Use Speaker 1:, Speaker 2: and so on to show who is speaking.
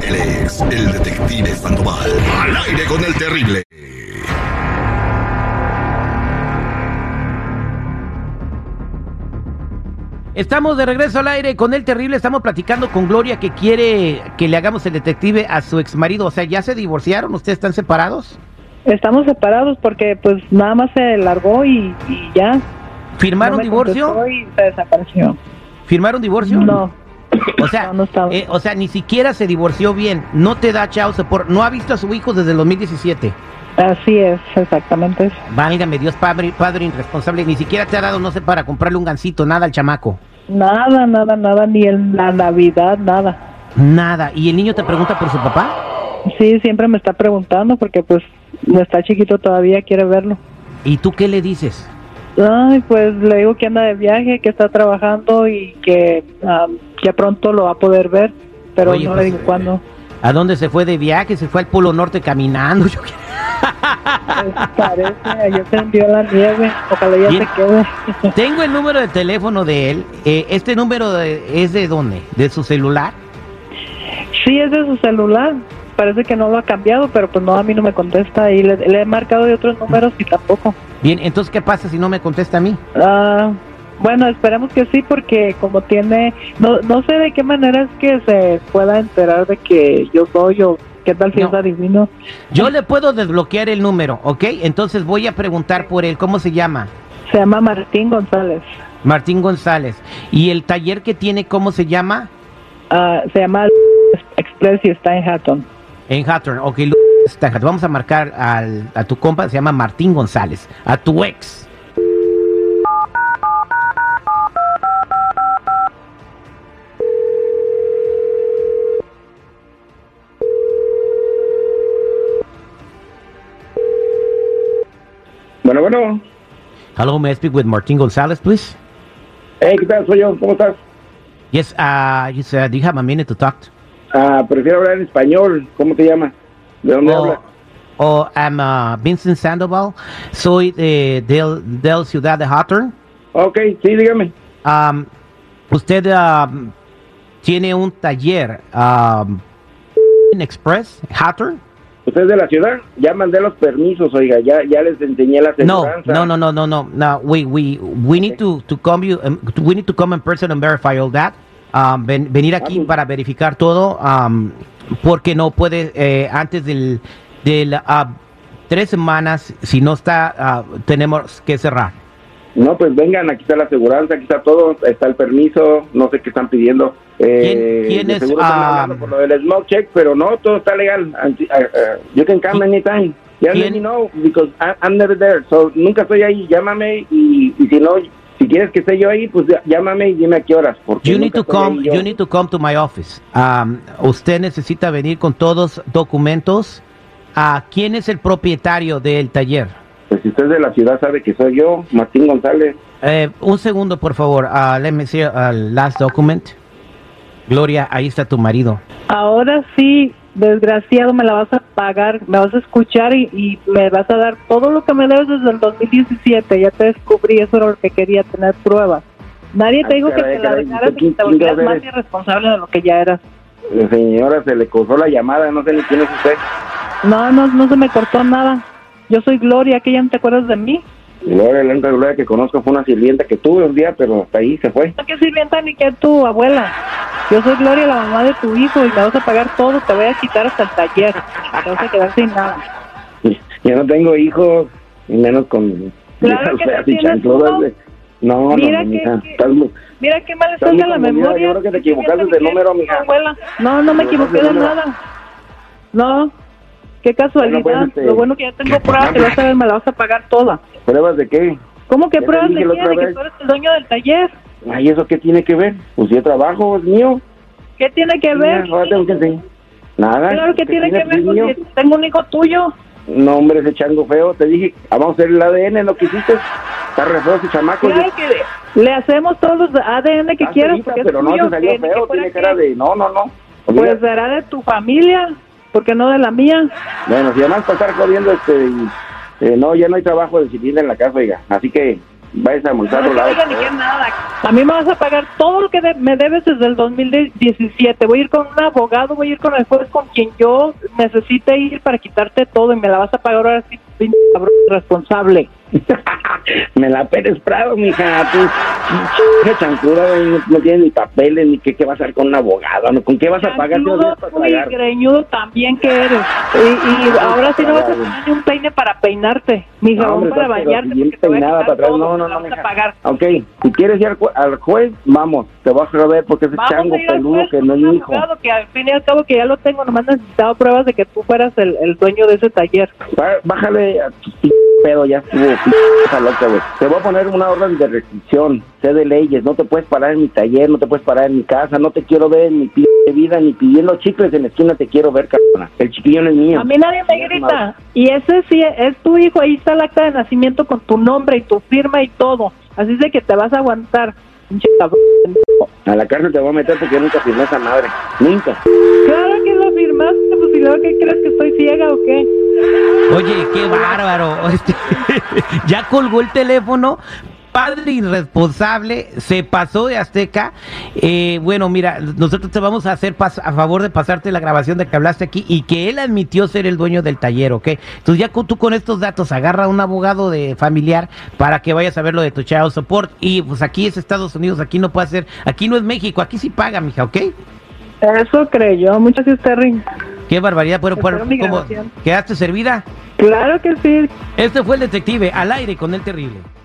Speaker 1: Él es el detective Sandoval. Al aire con el terrible.
Speaker 2: Estamos de regreso al aire con el terrible. Estamos platicando con Gloria que quiere que le hagamos el detective a su exmarido. O sea, ¿ya se divorciaron? ¿Ustedes están separados?
Speaker 3: Estamos separados porque pues nada más se largó y, y ya.
Speaker 2: ¿Firmaron
Speaker 3: No me
Speaker 2: divorcio?
Speaker 3: contestó Y se desapareció.
Speaker 2: ¿Firmaron divorcio?
Speaker 3: No,
Speaker 2: O sea,
Speaker 3: No, no estaba.
Speaker 2: eh, o sea, ni siquiera se divorció bien. No te da chance por no ha visto a su hijo desde el 2017.
Speaker 3: así es, exactamente eso.
Speaker 2: Válgame Dios, padre, padre irresponsable, ni siquiera te ha dado no sé para comprarle un gancito, nada al chamaco.
Speaker 3: Nada, nada, nada, ni en la Navidad, nada.
Speaker 2: Nada. ¿Y el niño te pregunta por su papá?
Speaker 3: Sí, siempre me está preguntando porque pues no está chiquito todavía, quiere verlo.
Speaker 2: ¿Y tú qué le dices?
Speaker 3: Ay, pues le digo que anda de viaje, que está trabajando y que ah, ya pronto lo va a poder ver, pero
Speaker 2: Oye,
Speaker 3: no
Speaker 2: pues,
Speaker 3: le digo
Speaker 2: eh,
Speaker 3: cuándo.
Speaker 2: ¿A dónde se fue de viaje? ¿Se fue al Polo Norte caminando? Yo qué-
Speaker 3: Pues, parece, ayer se envió la nieve, ojalá ya
Speaker 2: Bien.
Speaker 3: se quede.
Speaker 2: Tengo el número de teléfono de él. Eh, ¿Este número de- es de dónde? ¿De su celular?
Speaker 3: Sí, es de su celular. Parece que no lo ha cambiado, pero pues no, a mí no me contesta. Y le, le he marcado de otros números y tampoco.
Speaker 2: Bien, entonces, ¿qué pasa si no me contesta a mí?
Speaker 3: Ah, bueno, esperemos que sí, porque como tiene. No, no sé de qué manera es que se pueda enterar de que yo soy o qué tal si
Speaker 2: No.
Speaker 3: es adivino.
Speaker 2: Yo le puedo desbloquear el número, ¿ok? Entonces voy a preguntar por él. ¿Cómo se llama?
Speaker 3: Se llama Martín González.
Speaker 2: Martín González. ¿Y el taller que tiene, cómo se llama?
Speaker 3: Ah, se llama Express y está en Hatton.
Speaker 2: En Hawthorne. Ok, Lu- está en Hawthorne. vamos a marcar al- a tu compa, se llama Martín González, a tu ex.
Speaker 4: Bueno, bueno.
Speaker 2: Hello, may I speak with Martín González, please?
Speaker 4: Hey, ¿qué tal? Soy yo. ¿Cómo estás?
Speaker 2: Yes, uh, you said, do you have a minute to talk to?
Speaker 4: Ah, prefiero hablar en español. ¿Cómo te llamas? ¿De dónde
Speaker 2: Oh,
Speaker 4: hablas?
Speaker 2: oh, I'm uh, Vincent Sandoval, soy de, del, del Ciudad de Hawthorne.
Speaker 4: Ok, sí, dígame.
Speaker 2: Um, usted um, tiene un taller um, en Express, Hawthorne.
Speaker 4: ¿Usted es de la ciudad? Ya mandé los permisos, oiga. Ya ya les enseñé la
Speaker 2: No,
Speaker 4: aseguranza.
Speaker 2: no, no, no, no, no. No, we we we need to to come you um, to- we need to come in person and verify all that. Um, ven- venir aquí
Speaker 4: Ah, pues.
Speaker 2: para verificar todo um, porque no puede eh, antes del del ah, tres semanas si no está ah, tenemos que cerrar.
Speaker 4: No, pues vengan. Aquí está la aseguranza, aquí está todo. Está el permiso. No sé qué están pidiendo. Eh,
Speaker 2: ¿Quién- quién
Speaker 4: de
Speaker 2: es,
Speaker 4: seguro están
Speaker 2: ah,
Speaker 4: hablando por lo del smoke check, pero no, todo está legal. Anti- ah, ah, you can come anytime. Ya let
Speaker 2: ¿Quién-
Speaker 4: me know, because I- I'm never there. So, nunca estoy ahí. Llámame y, y si no... Si quieres que esté yo ahí, pues ya- llámame y dime a qué horas. Porque
Speaker 2: You need
Speaker 4: nunca
Speaker 2: to
Speaker 4: estoy
Speaker 2: come
Speaker 4: ahí yo.
Speaker 2: you need to come to my office. Um, usted necesita venir con todos documentos. Ah, ¿Quién es el propietario del taller?
Speaker 4: Pues si usted es de la ciudad sabe que soy yo, Martín González.
Speaker 2: Eh, un segundo, por favor. Ah, let me see uh, last document. Gloria, ahí está tu marido.
Speaker 3: Ahora sí, desgraciado, me la vas a pagar, me vas a escuchar y, y me vas a dar todo lo que me debes desde el 2017. Ya te descubrí, eso era lo que quería, tener pruebas. Nadie te
Speaker 4: Ay,
Speaker 3: dijo que
Speaker 4: caray,
Speaker 3: te la
Speaker 4: caray,
Speaker 3: dejaras y
Speaker 4: ¿quién-
Speaker 3: que te
Speaker 4: quién
Speaker 3: volvieras
Speaker 4: lo
Speaker 3: más
Speaker 4: eres?
Speaker 3: irresponsable de lo que ya eras.
Speaker 4: La señora se le cortó la llamada, no sé ni quién es usted.
Speaker 3: No, no, no se me cortó nada. Yo soy Gloria, que ya no te acuerdas de mí.
Speaker 4: Gloria, la única Gloria que conozco fue una sirvienta que tuve un día, pero hasta ahí se fue.
Speaker 3: No que sirvienta ni que tu abuela. Yo soy Gloria, la mamá de tu hijo, y me vas a pagar todo, te voy a quitar hasta el taller. Te vas a quedar sin nada.
Speaker 4: Yo no tengo hijos, y menos con
Speaker 3: Claro que
Speaker 4: feas
Speaker 3: no
Speaker 4: y
Speaker 3: tienes
Speaker 4: chancludas
Speaker 3: uno.
Speaker 4: de- No,
Speaker 3: Mira
Speaker 4: no, no,
Speaker 3: que-
Speaker 4: mija,
Speaker 3: que-
Speaker 4: estás muy-
Speaker 3: Mira qué mal
Speaker 4: Estás
Speaker 3: estás de
Speaker 4: muy
Speaker 3: la
Speaker 4: confundida,
Speaker 3: memoria.
Speaker 4: yo creo que te equivocaste
Speaker 3: Fíjate
Speaker 4: de número,
Speaker 3: que-
Speaker 4: mija.
Speaker 3: Abuela. No, no me equivoqué de nada. No, qué casualidad.
Speaker 4: Bueno, pues, este-
Speaker 3: Lo bueno que ya tengo pruebas, que vas a ver, me la vas a pagar toda.
Speaker 4: ¿Pruebas de qué?
Speaker 3: ¿Cómo que
Speaker 4: Ya te
Speaker 3: pruebas de
Speaker 4: dije la
Speaker 3: qué?
Speaker 4: otra
Speaker 3: De que
Speaker 4: vez.
Speaker 3: tú eres el dueño del taller.
Speaker 4: Ay, ¿eso qué tiene que ver? Pues yo trabajo, es mío.
Speaker 3: ¿Qué tiene que ver?
Speaker 4: Mira, ahora tengo que enseñar. Nada.
Speaker 3: Claro que tiene que ver
Speaker 4: es mío.
Speaker 3: porque tengo un hijo tuyo.
Speaker 4: No, hombre, ese chango feo. Te dije, ah, vamos a hacer el ADN, lo que hiciste. Está re feo ese chamaco.
Speaker 3: Claro que le hacemos todos los ADN que
Speaker 4: Pues, Ah,
Speaker 3: quieras
Speaker 4: sí,
Speaker 3: porque es
Speaker 4: pero no,
Speaker 3: tuyo.
Speaker 4: se salió
Speaker 3: que- que
Speaker 4: feo.
Speaker 3: fuera
Speaker 4: Tiene cara
Speaker 3: que-
Speaker 4: de... No, no, no.
Speaker 3: Pues
Speaker 4: Olvídate.
Speaker 3: será de tu familia, porque no de la mía.
Speaker 4: Bueno, si además para estar jodiendo, este... y- eh, no, ya no hay trabajo de disciplina en la casa, oiga. Así que vayas a multar
Speaker 3: No
Speaker 4: o
Speaker 3: te
Speaker 4: la
Speaker 3: voy a
Speaker 4: otra.
Speaker 3: ligar nada. A mí me vas a pagar todo lo que de- me debes desde el 2017. Voy a ir con un abogado, voy a ir con el juez con quien yo necesite ir para quitarte todo y me la vas a pagar ahora sí, pinche cabrón responsable.
Speaker 4: Me la Pérez Prado, mija. Tú, pinche chancuda, güey, no, no tienes ni papeles, ni qué, qué vas a hacer con un abogado, ¿no? ¿Con qué vas a pagar? Dios mío,
Speaker 3: Greñudo,
Speaker 4: para
Speaker 3: muy
Speaker 4: pagar? Ah, pues,
Speaker 3: greñudo también que eres. Y, y ahora sí no vas a tener ni un peine para peinarte, ni
Speaker 4: No,
Speaker 3: jabón
Speaker 4: hombre,
Speaker 3: para
Speaker 4: estás, pero
Speaker 3: bañarte
Speaker 4: bien
Speaker 3: porque te voy a
Speaker 4: peinada
Speaker 3: quitar
Speaker 4: para atrás.
Speaker 3: todo,
Speaker 4: No,
Speaker 3: me
Speaker 4: no,
Speaker 3: la
Speaker 4: no,
Speaker 3: vas
Speaker 4: mija. Ah,
Speaker 3: a pagar.
Speaker 4: Ok, si quieres ir al, ju- al juez, vamos. Te vas a ver porque ese
Speaker 3: Vamos
Speaker 4: pues, chango
Speaker 3: a ir al
Speaker 4: peludo
Speaker 3: juez
Speaker 4: que
Speaker 3: con
Speaker 4: no es
Speaker 3: un
Speaker 4: mi hijo.
Speaker 3: abogado que al fin y al cabo que ya lo tengo, nomás necesitaba pruebas de que tú fueras el, el dueño de ese taller.
Speaker 4: Bá- Bájale a tu p- pedo, ya estuvo, p- cosa loca, güey. Te voy a poner una orden de restricción, sé de leyes, no te puedes parar en mi taller, no te puedes parar en mi casa, no te quiero ver en mi p- vida, ni pidiendo chicles en la esquina te quiero ver, cabrona. El chiquillo no es mío.
Speaker 3: A mí nadie me grita. Y ese sí es tu hijo, ahí está el acta de nacimiento con tu nombre y tu firma y todo. Así es de que te vas a aguantar. pinche cabrón.
Speaker 4: A la cárcel te voy a meter porque yo nunca firmé esa madre, nunca.
Speaker 3: Claro que lo firmaste, pues y luego que crees que estoy ciega o qué.
Speaker 2: Oye, qué bárbaro. Este, ya colgó el teléfono. Padre irresponsable, se pasó de Azteca. Eh, bueno, mira, nosotros te vamos a hacer pas- a favor de pasarte la grabación de que hablaste aquí y que él admitió ser el dueño del taller, ¿ok? Entonces ya con- tú con estos datos agarra a un abogado de familiar para que vayas a ver lo de tu child support. Y pues aquí es Estados Unidos, aquí no puede ser, aquí no es México, aquí sí paga, mija, ¿ok?
Speaker 3: Eso creyó, muchas gracias, Terry.
Speaker 2: Qué barbaridad, pero,
Speaker 3: Espero
Speaker 2: pero
Speaker 3: Pues mi
Speaker 2: ¿cómo?
Speaker 3: grabación.
Speaker 2: ¿quedaste servida?
Speaker 3: Claro que sí,
Speaker 2: Este fue el detective, al aire con el terrible.